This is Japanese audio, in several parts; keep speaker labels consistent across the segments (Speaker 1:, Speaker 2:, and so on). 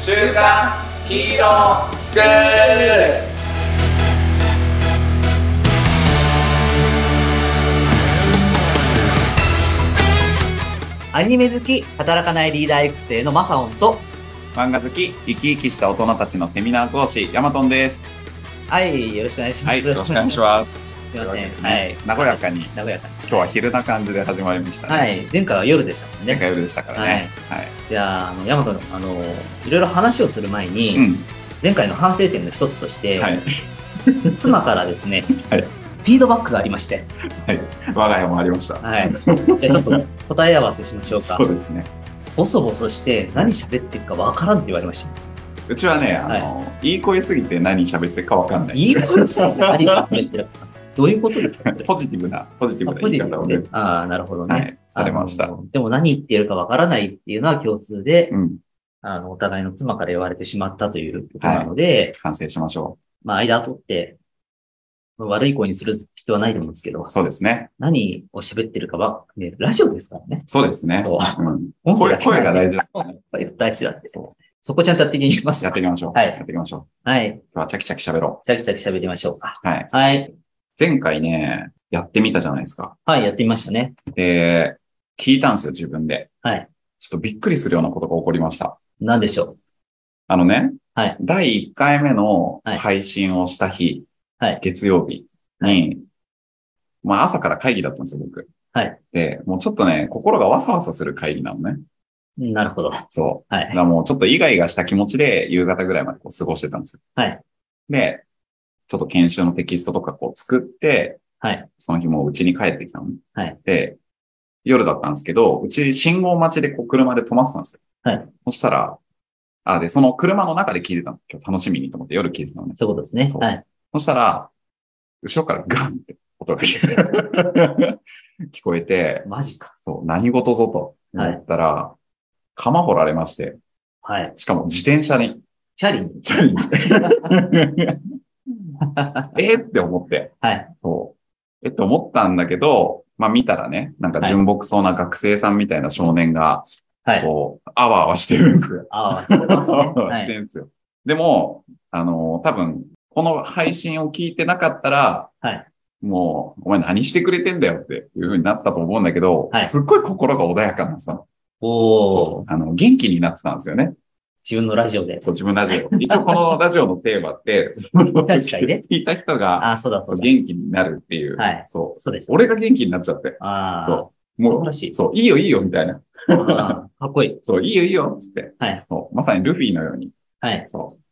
Speaker 1: 週刊ヒーロースクール
Speaker 2: アニメ好き、働かないリーダー育成のマサオンと、
Speaker 1: 漫画好き生き生きした大人たちのセミナー講師ヤマトンです
Speaker 2: はい、よろしくお願いします。
Speaker 1: はいよろしくお願いします
Speaker 2: すいません
Speaker 1: とうわけでね和やかに
Speaker 2: す。和やかに。
Speaker 1: 今日は昼な感じで始まりましたね
Speaker 2: はい、前回は夜でしたもん
Speaker 1: 前回
Speaker 2: ね。
Speaker 1: 夜でしたからねはい、
Speaker 2: じゃあ、あの、ヤマトの、あの、いろいろ話をする前に、
Speaker 1: うん
Speaker 2: 前回の反省点の一つとして、
Speaker 1: はい
Speaker 2: 妻からですね、
Speaker 1: はい
Speaker 2: フィードバックがありまして、
Speaker 1: 我が家もありました
Speaker 2: はい。じゃあ、ちょっと答え合わせしましょうか
Speaker 1: そ。うですね
Speaker 2: ボソボソして、何喋ってるかわからんって言われました。
Speaker 1: うちはねあの、い、い声すぎて何喋ってるかわかんない
Speaker 2: いいことさ、何喋ってるか。どういうことですかこれ
Speaker 1: ポジティブなポジティブ
Speaker 2: あ
Speaker 1: な
Speaker 2: ポ
Speaker 1: 言い
Speaker 2: ジティ
Speaker 1: 方を
Speaker 2: ブ
Speaker 1: ね
Speaker 2: でああ、なるほどね。
Speaker 1: はいされまし
Speaker 2: あ
Speaker 1: た
Speaker 2: の。でも何言ってるかわからないっていうのは共通で、
Speaker 1: うん
Speaker 2: あの、お互いの妻から言われてしまったということなので、
Speaker 1: 反省しましょ
Speaker 2: まあ、間を取って、悪い声にする必要はないと思うんですけど
Speaker 1: う、そうですね
Speaker 2: 何を喋ってるかは、ね、ラジオですからね。
Speaker 1: そうですね
Speaker 2: そう
Speaker 1: うん、
Speaker 2: 音声
Speaker 1: 声
Speaker 2: だけ
Speaker 1: 声が大事です、
Speaker 2: そう
Speaker 1: ね、
Speaker 2: 声が大事だって。そこちゃんとやっていきます
Speaker 1: やっ。ていきましょう、
Speaker 2: はい
Speaker 1: やっていきましょう
Speaker 2: はい。
Speaker 1: 今日はチャキチャキ喋ろ
Speaker 2: チャキチャキ喋りましょうか。
Speaker 1: うはい
Speaker 2: はい。
Speaker 1: 前回ねやってみたじゃないですか
Speaker 2: はい、やってみましたね。
Speaker 1: で、聞いたんですよ、自分で。
Speaker 2: はい。
Speaker 1: ちょっとびっくりするようなことが起こりました。
Speaker 2: 何でしょ
Speaker 1: あのね、
Speaker 2: はい
Speaker 1: 第1回目の
Speaker 2: はい
Speaker 1: 配信をした日、
Speaker 2: はい
Speaker 1: 月曜日に、
Speaker 2: は
Speaker 1: まあ朝から会議だったんですよ、僕。
Speaker 2: はい。
Speaker 1: で、もうちょっとね、心がわさわさする会議なのね。
Speaker 2: うなるほど。
Speaker 1: そう。
Speaker 2: は
Speaker 1: だ
Speaker 2: い
Speaker 1: か。らもうちょっとイガイガした気持ちで夕方ぐらいまでこう過ごしてたんですよ。
Speaker 2: はい。
Speaker 1: で、ちょっと研修のテキストとかこう作って、
Speaker 2: はい。
Speaker 1: その日もう家に帰ってきたのね。
Speaker 2: はい。
Speaker 1: で、夜だったんですけど、うち信号待ちでこう車で止まってたんですよ。
Speaker 2: はい。
Speaker 1: そしたら、あ、で、その車の中で聞いてたの。今日楽しみにと思って夜聞いてたのね。
Speaker 2: そういうことですね。
Speaker 1: そう
Speaker 2: はい。
Speaker 1: そしたら、後ろからガンって音が聞こえ 聞こえて、
Speaker 2: マジか。
Speaker 1: そう、何事ぞと思ったら、釜掘られまして、
Speaker 2: はい。
Speaker 1: しかも自転車に。
Speaker 2: チャリに。
Speaker 1: チャリにえーって思って。
Speaker 2: はい。
Speaker 1: そう。えって思ったんだけど、まあ見たらね、なんか純朴そうな学生さんみたいな少年が、
Speaker 2: はい。
Speaker 1: こう、あわあわしてるんですよ。
Speaker 2: ああ、そうで す
Speaker 1: あわ
Speaker 2: ね。
Speaker 1: あわ
Speaker 2: は
Speaker 1: して
Speaker 2: い。
Speaker 1: るんですよ。でも、あのー多分、この配信を聞いてなかったら、
Speaker 2: はい
Speaker 1: もう、お前何してくれてんだよっていう風になってたと思うんだけど、
Speaker 2: はい
Speaker 1: すっごい心が穏やかなさ、
Speaker 2: おー、
Speaker 1: あの、元気になってたんですよね。
Speaker 2: 自分のラジオで。
Speaker 1: そう、自分のラジオ。一応このラジオのテーマって、
Speaker 2: 確かにね
Speaker 1: 聞いた人が
Speaker 2: ああ、そうだ、そうだ。
Speaker 1: 元気になるっていう。
Speaker 2: はい
Speaker 1: そう。
Speaker 2: そうでした。
Speaker 1: 俺が元気になっちゃって。
Speaker 2: ああ、
Speaker 1: そう。
Speaker 2: 素
Speaker 1: も
Speaker 2: 晴ら
Speaker 1: う、
Speaker 2: しい。
Speaker 1: そう、いいよいいよみたいな。
Speaker 2: あーかっこいい。
Speaker 1: そう、いいよいいよっつって。
Speaker 2: はい。
Speaker 1: そうまさにルフィのように。
Speaker 2: はい。
Speaker 1: そう。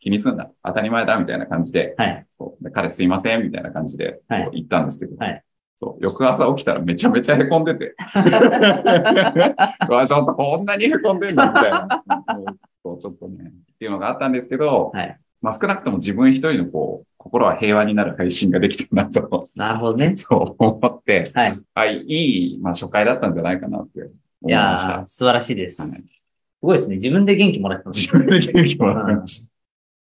Speaker 1: 気にすんな。当たり前だみたいな感じで。
Speaker 2: はい。
Speaker 1: そう。で彼すいませんみたいな感じで、
Speaker 2: はい
Speaker 1: こう言ったんですけど。
Speaker 2: はい
Speaker 1: そう。翌朝起きたらめちゃめちゃ凹んで て。うわ、ちょっとこんなに凹んでんのみたいな。そうちょっとね。っていうのがあったんですけど、
Speaker 2: はい。
Speaker 1: まあ、少なくとも自分一人のこう、心は平和になる配信ができたなと、
Speaker 2: なるほどね。
Speaker 1: そう思って、
Speaker 2: はい。い
Speaker 1: あ、いい、まあ、初回だったんじゃないかなって思い
Speaker 2: や
Speaker 1: ました
Speaker 2: ー、。素晴らしいです。
Speaker 1: は
Speaker 2: す
Speaker 1: い
Speaker 2: ごいですね。自分で元気もらったの。
Speaker 1: 自分で元気もらいました。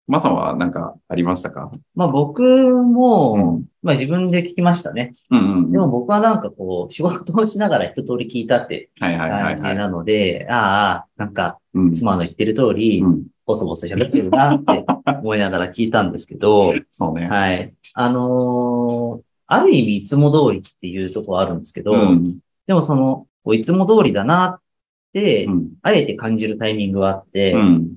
Speaker 1: マさんは何かありましたか
Speaker 2: まあ僕
Speaker 1: う
Speaker 2: も、
Speaker 1: ん。うん
Speaker 2: まあ自分で聞きましたね。
Speaker 1: うん
Speaker 2: で
Speaker 1: うん。
Speaker 2: も僕はなんかこう、仕事をしながら一通り聞いたって
Speaker 1: はいはいは
Speaker 2: 感
Speaker 1: い
Speaker 2: じ
Speaker 1: はい。
Speaker 2: なので、ああ、なんか、
Speaker 1: うん。
Speaker 2: 妻の言ってる通り
Speaker 1: う、ん。
Speaker 2: ボソボソ喋ってるなって思いながら聞いたんですけど、
Speaker 1: そうね。
Speaker 2: はい。あのーある意味いつも通りっていうとこはあるんですけど、
Speaker 1: うん。
Speaker 2: でもその、こういつも通りだなって、
Speaker 1: うん。
Speaker 2: あえて感じるタイミングがあって、
Speaker 1: うん。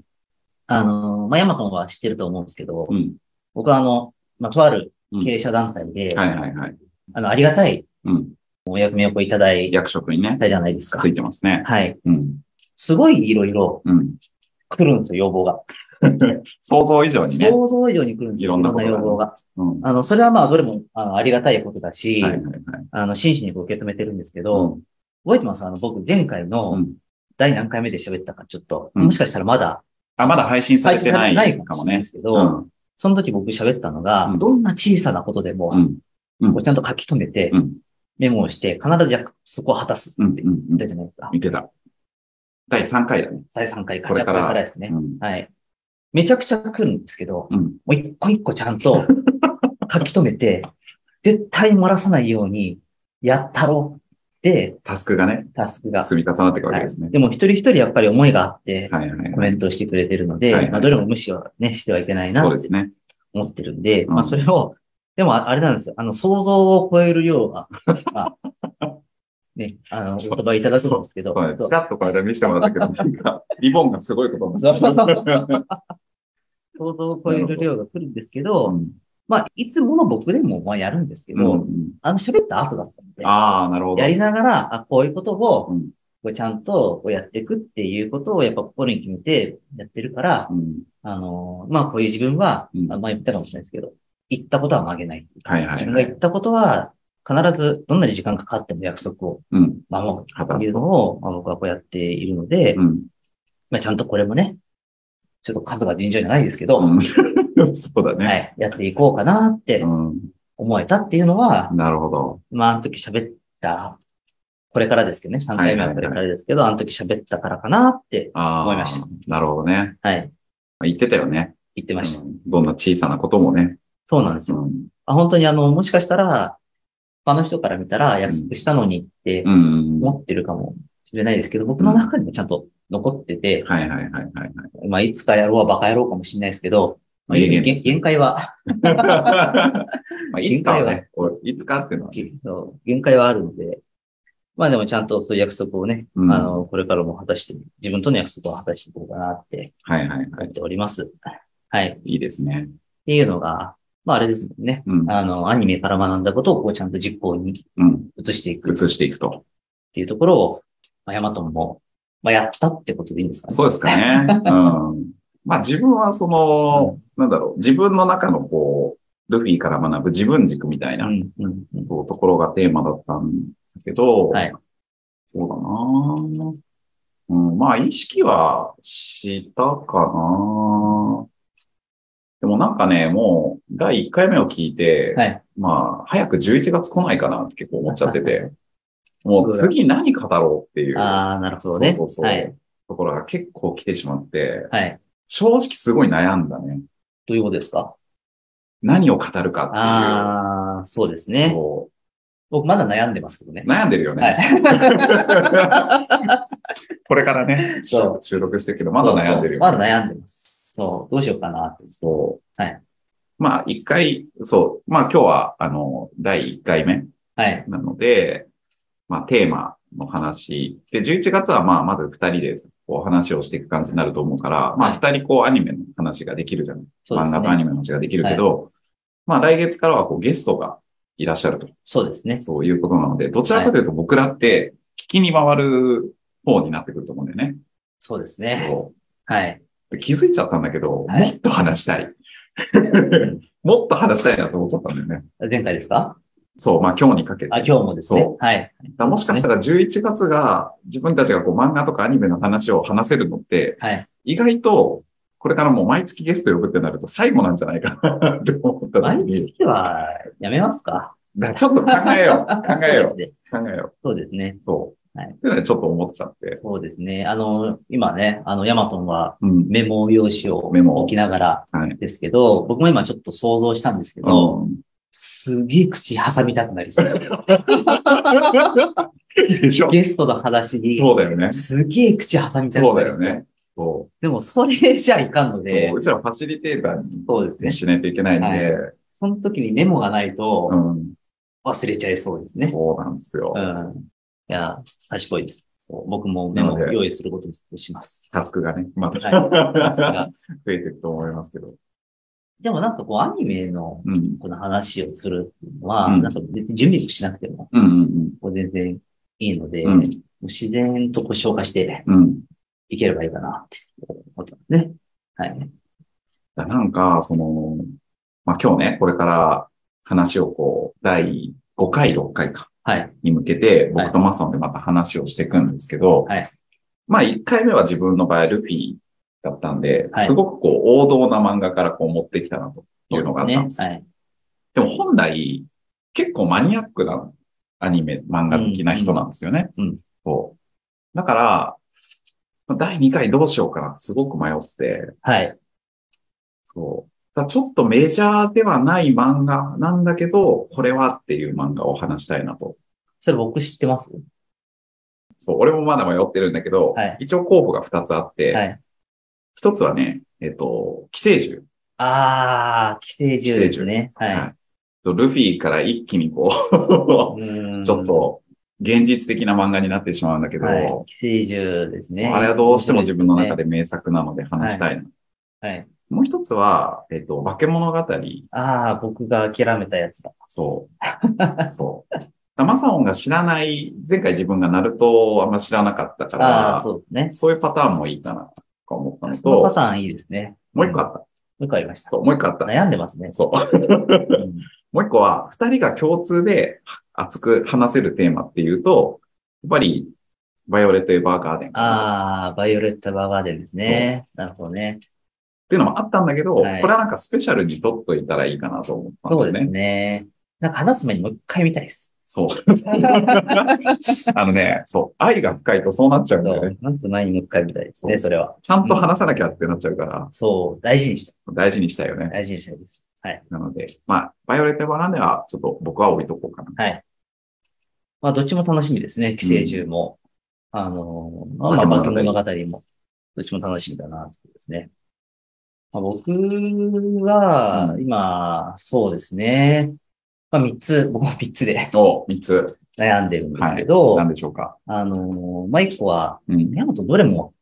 Speaker 2: あのーまあ、ヤマトンは知ってると思うんですけど、
Speaker 1: うん。
Speaker 2: 僕はあの、まあ、とある経営者団体で、
Speaker 1: はいはいはい。
Speaker 2: あの、ありがたい
Speaker 1: うん。
Speaker 2: お役目をこういただい
Speaker 1: 役職にね、
Speaker 2: たじゃないですか
Speaker 1: つ。いてますね。
Speaker 2: はい。
Speaker 1: うん。
Speaker 2: すごいいろいろ
Speaker 1: うん。
Speaker 2: 来るんですよ、要望が。
Speaker 1: 想像以上にね。
Speaker 2: 想像以上に来るんで
Speaker 1: い
Speaker 2: すよ、
Speaker 1: ろんなことが
Speaker 2: 要望が。
Speaker 1: うん。は
Speaker 2: あの、それはまあ、どれもあのありがたいことだし、
Speaker 1: いはいはい。
Speaker 2: あの、真摯にこう受け止めてるんですけど、
Speaker 1: うん
Speaker 2: 覚えてますあの、僕、前回
Speaker 1: う
Speaker 2: の
Speaker 1: ん。
Speaker 2: 第何回目で喋ったか、ちょっと、
Speaker 1: うん
Speaker 2: もしかしたらまだ、
Speaker 1: あ、まだ配信されてな
Speaker 2: 配信されてないい
Speaker 1: か
Speaker 2: か
Speaker 1: も
Speaker 2: もしれない
Speaker 1: ね
Speaker 2: で。すけ
Speaker 1: う
Speaker 2: ど、
Speaker 1: ん。
Speaker 2: その時僕喋ったのが、
Speaker 1: うん
Speaker 2: どんな小さなことでも、
Speaker 1: うん。
Speaker 2: こうちゃんと書き留めて、
Speaker 1: うん。
Speaker 2: メモをして、必ず約束を果たす
Speaker 1: うん。う
Speaker 2: っ
Speaker 1: ん
Speaker 2: て。
Speaker 1: う
Speaker 2: 言っ
Speaker 1: ん
Speaker 2: たじゃないですか。
Speaker 1: 見てた。第3回だね。
Speaker 2: 第3回、
Speaker 1: これから
Speaker 2: ガチャからですね
Speaker 1: う。ん。
Speaker 2: はい。めちゃくちゃ来るんですけど、
Speaker 1: うん。
Speaker 2: もう一個一個ちゃん と書き留めて、絶対漏らさないようにやったろうって、
Speaker 1: タスクがね、
Speaker 2: タスクが。
Speaker 1: 積み重なっていくわけです
Speaker 2: は
Speaker 1: ね
Speaker 2: い。でも一人一人やっぱり思いがあって、
Speaker 1: はいはい
Speaker 2: コメントをしてくれてるので、
Speaker 1: はいはい
Speaker 2: まあ、どれも無視はね、してはいけないな
Speaker 1: そう
Speaker 2: っ
Speaker 1: で
Speaker 2: て
Speaker 1: すね。
Speaker 2: 思ってるんで、
Speaker 1: うん
Speaker 2: まあそれを、でもああれなんですよ。あの、想像を超える量が、 まあね、あの、お言葉いただくんですけど、
Speaker 1: そうね
Speaker 2: そう
Speaker 1: ちらっとこれ見せてもらったけど、なんか、リボンがすごいことになって
Speaker 2: 想像を超える量が来るんですけ
Speaker 1: た。
Speaker 2: ど、
Speaker 1: うん
Speaker 2: まあ、いつもの僕でもまあやるんですけど、
Speaker 1: うん
Speaker 2: あの、喋った後だったんで、
Speaker 1: ああ、なるほど。
Speaker 2: やりながら、あこういうことを、
Speaker 1: うん
Speaker 2: こうちゃんとこうやっていくっていうことをやっぱ心に決めてやってるから、
Speaker 1: うん
Speaker 2: あのーまあこういう自分は、
Speaker 1: うん
Speaker 2: あ前言ったかもしれないですけど、言ったことは曲げない。
Speaker 1: はいは
Speaker 2: 自
Speaker 1: い
Speaker 2: 分
Speaker 1: は
Speaker 2: が
Speaker 1: い。
Speaker 2: 言ったことは、必ずどんなに時間かかっても約束を
Speaker 1: うん。
Speaker 2: 守
Speaker 1: 果
Speaker 2: る
Speaker 1: た
Speaker 2: ってい
Speaker 1: す
Speaker 2: うのを、まあ、僕はこうやっているので、
Speaker 1: うん。
Speaker 2: まあちゃんとこれもね、ちょっと数が尋常じゃないですけど、
Speaker 1: うんそうだ
Speaker 2: は
Speaker 1: ね。
Speaker 2: い、やっていこうかなって
Speaker 1: う
Speaker 2: 思えたっていうのは、
Speaker 1: ん。なるほど。
Speaker 2: まあ、あの時喋った、これからですけどね、3回目はこれからですけど、あの時喋ったからかなって、
Speaker 1: あ
Speaker 2: 思いま
Speaker 1: あ
Speaker 2: した、
Speaker 1: なるほどね。
Speaker 2: はい、
Speaker 1: 言ってたよね。
Speaker 2: 言ってました。
Speaker 1: うんどんな小さなこともね。
Speaker 2: そうなんです
Speaker 1: う
Speaker 2: よ。
Speaker 1: ん。
Speaker 2: あ本当にあの、もしかしたら、他の人から見たら約束したのにって
Speaker 1: うん。は
Speaker 2: 思ってるかもしれないですけど、僕の中にもちゃんと残ってて
Speaker 1: い、はいはいはいはい。
Speaker 2: まあ、いつかやろうはバカやろうかもしれないですけど、まあ、
Speaker 1: 名言
Speaker 2: 限限界は、
Speaker 1: まあ、いつかは
Speaker 2: 限界
Speaker 1: ね、こういつかっていうのは、
Speaker 2: そう限界はあるので、まあでもちゃんとそういう約束をね、
Speaker 1: うん
Speaker 2: あの、これからも果たして、自分との約束を果たしていこうかなって
Speaker 1: はいはいは
Speaker 2: 思っ
Speaker 1: い。
Speaker 2: ております。はい。っ
Speaker 1: いいですね。
Speaker 2: ていうのが、まああれですね。
Speaker 1: うん。
Speaker 2: あの、アニメから学んだことをこうちゃんと実行に
Speaker 1: うん。
Speaker 2: 移していくっ
Speaker 1: 移していくと。
Speaker 2: ていうところを、まあ、ヤマトンも、まあ、やったってことでいいんですかね。
Speaker 1: そうですか ね。うん。まあ自分はその、なんだろう、自分の中のこう、ルフィから学ぶ自分軸みたいな、
Speaker 2: うん、うん、うん。
Speaker 1: そう、ところがテーマだったんだけど、
Speaker 2: はい
Speaker 1: そうだなうん、まあ、意識はしたかなでもなんかね、もう、第1回目を聞いて、
Speaker 2: はい
Speaker 1: まあ、早く11月来ないかなって結構思っちゃってて、もう次何語ろうっていう、
Speaker 2: ああ、なるほどね。
Speaker 1: そうそうそう、
Speaker 2: はい。
Speaker 1: ところが結構来てしまって、
Speaker 2: はい。
Speaker 1: 正直すごい悩んだね。
Speaker 2: どういうことですか
Speaker 1: 何を語るか
Speaker 2: ああ、そうです
Speaker 1: っていう。
Speaker 2: ね。
Speaker 1: そ
Speaker 2: 僕まだ悩んでますけどね
Speaker 1: う。悩んでるよね。 これからね、
Speaker 2: そう
Speaker 1: 収録してるけど、まだ悩んでるよ、ね。
Speaker 2: そうそうまだ悩んでます。そう、どうしようかなって。
Speaker 1: そう。
Speaker 2: はい。
Speaker 1: まあ、一回、そう。まあ、今日は、あの、第1回目
Speaker 2: はい。
Speaker 1: なので、まあ、テーマの話。で、11月は、まあ、まず2人で、こう、話をしていく感じになると思うから、ま
Speaker 2: は
Speaker 1: あ、
Speaker 2: い
Speaker 1: 2人、こう、アニメの話ができるじゃない。
Speaker 2: そうで
Speaker 1: 漫
Speaker 2: す
Speaker 1: 画とアニ
Speaker 2: ね。
Speaker 1: メの話ができるけど、まあ、来月からは、こう、ゲストがいらっしゃると。
Speaker 2: そうですね。
Speaker 1: そういうことなので、どちらかというと、僕らって、聞きに回る方になってくると思うんだよね。
Speaker 2: そうですね。
Speaker 1: そう
Speaker 2: はい。
Speaker 1: で気づいちゃったんだけど、
Speaker 2: はい
Speaker 1: もっと話したい。 もっと話したいなと思っちゃったんだよね。
Speaker 2: 前回ですか
Speaker 1: そう、まあ今日にかけて。
Speaker 2: あ、今日もですね
Speaker 1: そ。
Speaker 2: はい。
Speaker 1: だからもしかしたら11月が自分たちがこう漫画とかアニメの話を話せるのって、
Speaker 2: はい。
Speaker 1: 意外とこれからもう毎月ゲスト呼ぶってなると最後なんじゃないかなって思った時
Speaker 2: 毎
Speaker 1: に、
Speaker 2: 月はやめますか
Speaker 1: だからちょっと考えよ う。考えよ
Speaker 2: そうですね。
Speaker 1: う。考えよう。
Speaker 2: そうですね。
Speaker 1: そう。
Speaker 2: はい
Speaker 1: ってのはちょっと思っちゃって。
Speaker 2: そうですね。あの、今ね、あの、ヤマトンは
Speaker 1: うん。
Speaker 2: メモ用紙を
Speaker 1: メモ
Speaker 2: 置きながら
Speaker 1: はい。
Speaker 2: ですけど、僕も今ちょっと想像したんですけど、すげえ口挟みたくなりそう。
Speaker 1: うん。 でしょ
Speaker 2: ゲストの話に、
Speaker 1: そうだよね。
Speaker 2: すげえ口挟みたくなり
Speaker 1: そうだよね。そう。
Speaker 2: でも、それじゃいかんので
Speaker 1: そう、、うちらファシリテーターに
Speaker 2: そうですね。
Speaker 1: しないといけないんで、
Speaker 2: その時にメモがないと
Speaker 1: うん、
Speaker 2: 忘れちゃいそうですね。
Speaker 1: そうなんですよ
Speaker 2: う。ん。いや、賢いです。僕もメモを用意することにします。
Speaker 1: タスクがね、ま た、
Speaker 2: は
Speaker 1: 増えていくと思いますけど。
Speaker 2: い。でもなんかこう、アニメの
Speaker 1: うん。
Speaker 2: この話をするのは、
Speaker 1: うん
Speaker 2: なんか別に準備しなくても、
Speaker 1: うんうん
Speaker 2: こう全然いいので、
Speaker 1: うん
Speaker 2: もう自然とこう消化して
Speaker 1: うん。うん。
Speaker 2: いければいいかなって思ってますね。はい。
Speaker 1: だなんか、その、まあ、今日ね、これから話をこう、第5回、6回か、
Speaker 2: はい。
Speaker 1: に向けて、
Speaker 2: はい
Speaker 1: 僕とマッサンでまた話をしていくんですけど、
Speaker 2: はい
Speaker 1: まあ、1回目は自分の場合、ルフィだったんで、
Speaker 2: はい
Speaker 1: すごくこう、王道な漫画からこう、持ってきたなというのがあったんですよ
Speaker 2: ね。
Speaker 1: でも本来、結構マニアックなアニメ、漫画好きな人なんですよね。
Speaker 2: うんうん
Speaker 1: そう。だから、第2回どうしようかな、すごく迷って、
Speaker 2: はい。はい。
Speaker 1: そう。だからちょっとメジャーではない漫画なんだけど、これはっていう漫画を話したいなと。
Speaker 2: それ僕知ってます
Speaker 1: そう、俺もまだ迷ってるんだけど、
Speaker 2: はい
Speaker 1: 一応候補が2つあって、
Speaker 2: はい。
Speaker 1: 1つはね、えっと、寄生獣。
Speaker 2: あー、寄生獣ですね。はい。
Speaker 1: はいとルフィから一気にこ
Speaker 2: うー
Speaker 1: う、
Speaker 2: ん
Speaker 1: ちょっ、と現実的な漫画になってしまうんだけど、
Speaker 2: はい。寄生獣ですね。
Speaker 1: あれはどうしても自分の中で
Speaker 2: で。
Speaker 1: 名作なので話したいな。
Speaker 2: はい。
Speaker 1: もう一つは、えっと、化け物語。
Speaker 2: あー、僕が諦めたやつだ。
Speaker 1: そう。そう。マサオンが知らない、前回自分がナルトをあんま知らなかったか
Speaker 2: あー、
Speaker 1: ら、
Speaker 2: そうですね。
Speaker 1: そういうパターンもいいかな、とか思ったの
Speaker 2: そのパ
Speaker 1: と、
Speaker 2: ターンいいですね。
Speaker 1: もう一個あった。
Speaker 2: よくありました。
Speaker 1: そう、もう一個あった。
Speaker 2: 悩んでますね。
Speaker 1: そう。
Speaker 2: うん
Speaker 1: もう一個は、二人が共通で熱く話せるテーマっていうと、やっぱり、バイオレット・エヴァーガーデンかなっ
Speaker 2: ああ、バイオレット・バーガーデンですね。なるほどね。
Speaker 1: ていうのもあったんだけど、
Speaker 2: はい
Speaker 1: これはなんかスペシャルに撮っといたらいいかなと思ったん
Speaker 2: そ
Speaker 1: だ
Speaker 2: う
Speaker 1: よ
Speaker 2: です
Speaker 1: ね。
Speaker 2: ね。なんか話す前にもう一回見たいです。
Speaker 1: そう
Speaker 2: そう。ま
Speaker 1: あのね、そう、 愛が深いとそうなっちゃうんだよね。
Speaker 2: ず前にもう一回見たいです
Speaker 1: そ
Speaker 2: ね、
Speaker 1: う
Speaker 2: それは。
Speaker 1: ちゃんと話さなきゃってなっちゃうから、
Speaker 2: そう、大事にした
Speaker 1: 大事にしたいよね
Speaker 2: い。。大事にしたいです。はい。
Speaker 1: なので、まあ、バイオレット・エヴァーガーデンはちょっと僕は置いとこうかな。
Speaker 2: まあ、どっちも楽しみですね。寄生獣も。あのー、まあ、
Speaker 1: 化
Speaker 2: 化
Speaker 1: け
Speaker 2: け
Speaker 1: 物
Speaker 2: 物語も。どっちも楽しみだな、ってことですね。まあ、僕は
Speaker 1: う、
Speaker 2: 今、そうですね。まあ、三つ、僕も三つで
Speaker 1: お、三つ。
Speaker 2: 悩んでるんです
Speaker 1: は
Speaker 2: け
Speaker 1: い。
Speaker 2: ど、
Speaker 1: 何でしょうか。
Speaker 2: あのー、まあ、一個は、
Speaker 1: うん。
Speaker 2: 宮本どれも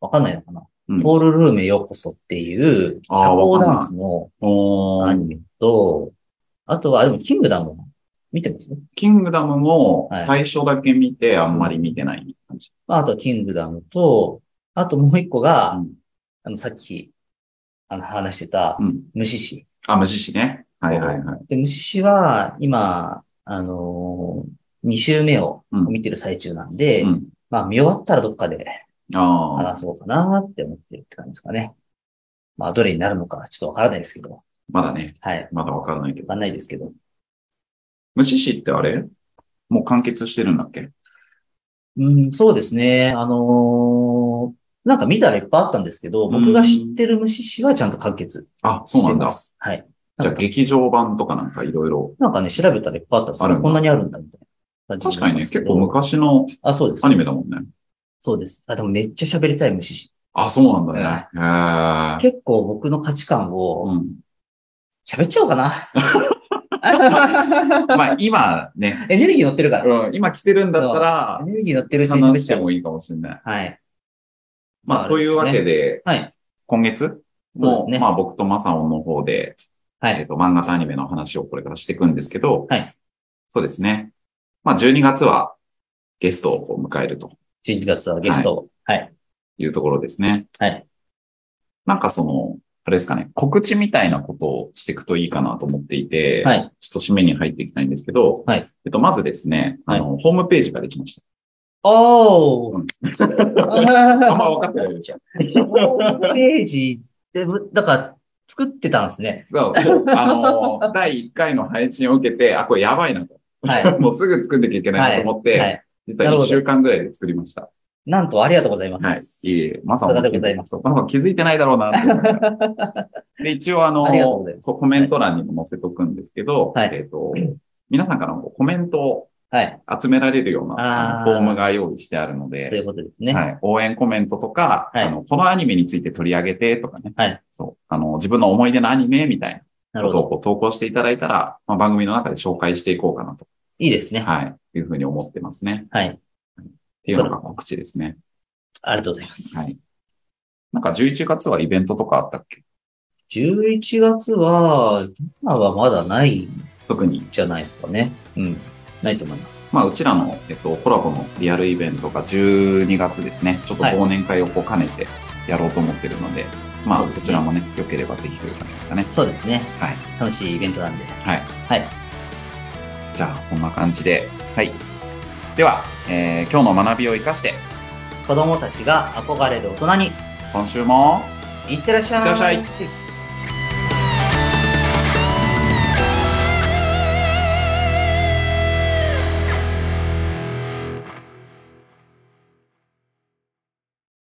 Speaker 2: わかんないのかな、
Speaker 1: うん
Speaker 2: ポール・ルーメようこそっていう、社
Speaker 1: あー
Speaker 2: 交ダンスの
Speaker 1: お
Speaker 2: アニメと、あとは、でも、キングダムも見てますね。
Speaker 1: キングダムも
Speaker 2: はい
Speaker 1: 最初だけ見て、あんまり見てない感じ。
Speaker 2: まあ、あとはキングダムと、あともう一個が、
Speaker 1: うん
Speaker 2: あの、さっき、あの、話してた
Speaker 1: う、ん。
Speaker 2: 虫師。
Speaker 1: あ、無視しね。はいはいはい。
Speaker 2: で、虫師は、今、あのー、2週目を
Speaker 1: うん
Speaker 2: 見てる最中なんで、
Speaker 1: うん。
Speaker 2: まあ、見終わったらどっかで
Speaker 1: ああ、
Speaker 2: 話そうかなって思ってるって感じですかね。まあ、どれになるのか、ちょっとわからないですけど。
Speaker 1: まだね、
Speaker 2: はい。
Speaker 1: まだわからないけ
Speaker 2: わ
Speaker 1: ど。
Speaker 2: かんないですけど。
Speaker 1: 無視しってあれもう完結してるんだっけ
Speaker 2: うん、そうですね。あのーなんか見たらいっぱいあったんですけど、
Speaker 1: ん
Speaker 2: 僕が知ってる虫師はちゃんと完結
Speaker 1: あ、そう
Speaker 2: し
Speaker 1: な
Speaker 2: て
Speaker 1: んだ
Speaker 2: ま。す。はい。
Speaker 1: じゃあ劇場版とかなんかいろいろ。
Speaker 2: なんかね、調べたらいっぱいあったんです
Speaker 1: あるんだ
Speaker 2: こんなにあるんだ、みたいな感
Speaker 1: 確
Speaker 2: じ
Speaker 1: か
Speaker 2: なん
Speaker 1: に
Speaker 2: で
Speaker 1: ね、
Speaker 2: すけ
Speaker 1: 結
Speaker 2: ど。
Speaker 1: 構昔の
Speaker 2: あ、そうです
Speaker 1: ア。ニメだもんね。
Speaker 2: そうです。あ、でもめっちゃ喋りたい虫師。
Speaker 1: あ、そうなんだね。へえ。
Speaker 2: 結構僕の価値観
Speaker 1: う
Speaker 2: を
Speaker 1: ん。
Speaker 2: 喋っちゃおう かな。
Speaker 1: まあ今ね、
Speaker 2: エネルギー乗ってるから。
Speaker 1: うん、今来てるんだったら
Speaker 2: エ、ネルギー乗ってるうちに喋っ
Speaker 1: 話し
Speaker 2: ち
Speaker 1: て
Speaker 2: ゃおう。
Speaker 1: もいいかもしれない。
Speaker 2: はい。
Speaker 1: まあ、というわけで、
Speaker 2: はい。
Speaker 1: 今月
Speaker 2: そうで
Speaker 1: も
Speaker 2: す、ね
Speaker 1: まあ僕とマサオンの方で、
Speaker 2: は
Speaker 1: えっ
Speaker 2: い。
Speaker 1: と、漫画とアニメの話をこれからしていくんですけど、
Speaker 2: はい。
Speaker 1: そうですね。まあ、12月はゲストを迎えると
Speaker 2: 11月はゲストを。はい。
Speaker 1: いうところですね。
Speaker 2: はい。
Speaker 1: なんかその、あれですかね、告知みたいなことをしていくといいかなと思っていて、
Speaker 2: はい。
Speaker 1: ちょっと締めに入っていきたいんですけど、
Speaker 2: はい。
Speaker 1: えっと、まずですね、あの、ホームページができまし
Speaker 2: おー。
Speaker 1: た。
Speaker 2: あ
Speaker 1: あんま分かってないでしょ。
Speaker 2: ホームページで、ぶだから、作ってたんですね。
Speaker 1: そう、そうあ の、第1回の配信を受けて、あ、これやばいなと。
Speaker 2: はい。
Speaker 1: もうすぐ作んなきゃいけないなと思って、
Speaker 2: はい。
Speaker 1: 実は1週間ぐらいで作りました。
Speaker 2: なんと、ありがとうございます。
Speaker 1: はい。いえいえ、まさに
Speaker 2: さすがでございます
Speaker 1: そうまさに気づいてないだろうなっていう感 じ。で、一応あの
Speaker 2: ありがとうございま
Speaker 1: そう、コメント欄にも載せとくんですけど、
Speaker 2: はい
Speaker 1: えっ、と、皆さんからのコメントを
Speaker 2: はい。
Speaker 1: 集められるような
Speaker 2: あー
Speaker 1: フォームが用意してあるの
Speaker 2: とい
Speaker 1: で、
Speaker 2: うことですね。
Speaker 1: はい、応援コメントとか、
Speaker 2: はい
Speaker 1: あの、このアニメについて取り上げてとかね、
Speaker 2: はい
Speaker 1: そうあの自分の思い出のアニメみたい
Speaker 2: な
Speaker 1: な
Speaker 2: る
Speaker 1: こ
Speaker 2: ほ
Speaker 1: とを
Speaker 2: ど。
Speaker 1: こう投稿していただいたら、まあ、番組の中で紹介していこうかなと、
Speaker 2: いいですね。
Speaker 1: はい、いうふうに思ってますね。
Speaker 2: はい。
Speaker 1: っていうのが告知ですね。
Speaker 2: ありがとうございます。
Speaker 1: はい。なんか11月はイベントとかあったっけ
Speaker 2: 11月は、今はまだないん
Speaker 1: 特に、
Speaker 2: じゃないですかね。うん。ないと思います。
Speaker 1: まあ、うちらの、えっと、コラボのリアルイベントが12月ですね、ちょっと
Speaker 2: はい
Speaker 1: 忘年会をこう兼ねてやろうと思ってるので、ま
Speaker 2: そう
Speaker 1: あ、
Speaker 2: です
Speaker 1: そ
Speaker 2: ね
Speaker 1: ちらもね、良ければぜひという感じですかね。
Speaker 2: そうですね。
Speaker 1: はい。
Speaker 2: 楽しいイベントなんで。
Speaker 1: はい。
Speaker 2: はい。
Speaker 1: じゃあ、そんな感じで、はい。では、えー今日の学びを生かして、
Speaker 2: 子供たちが憧れる大人に、
Speaker 1: 今週も、
Speaker 2: いってらっしゃ
Speaker 1: い
Speaker 2: い。
Speaker 1: ってらっしゃい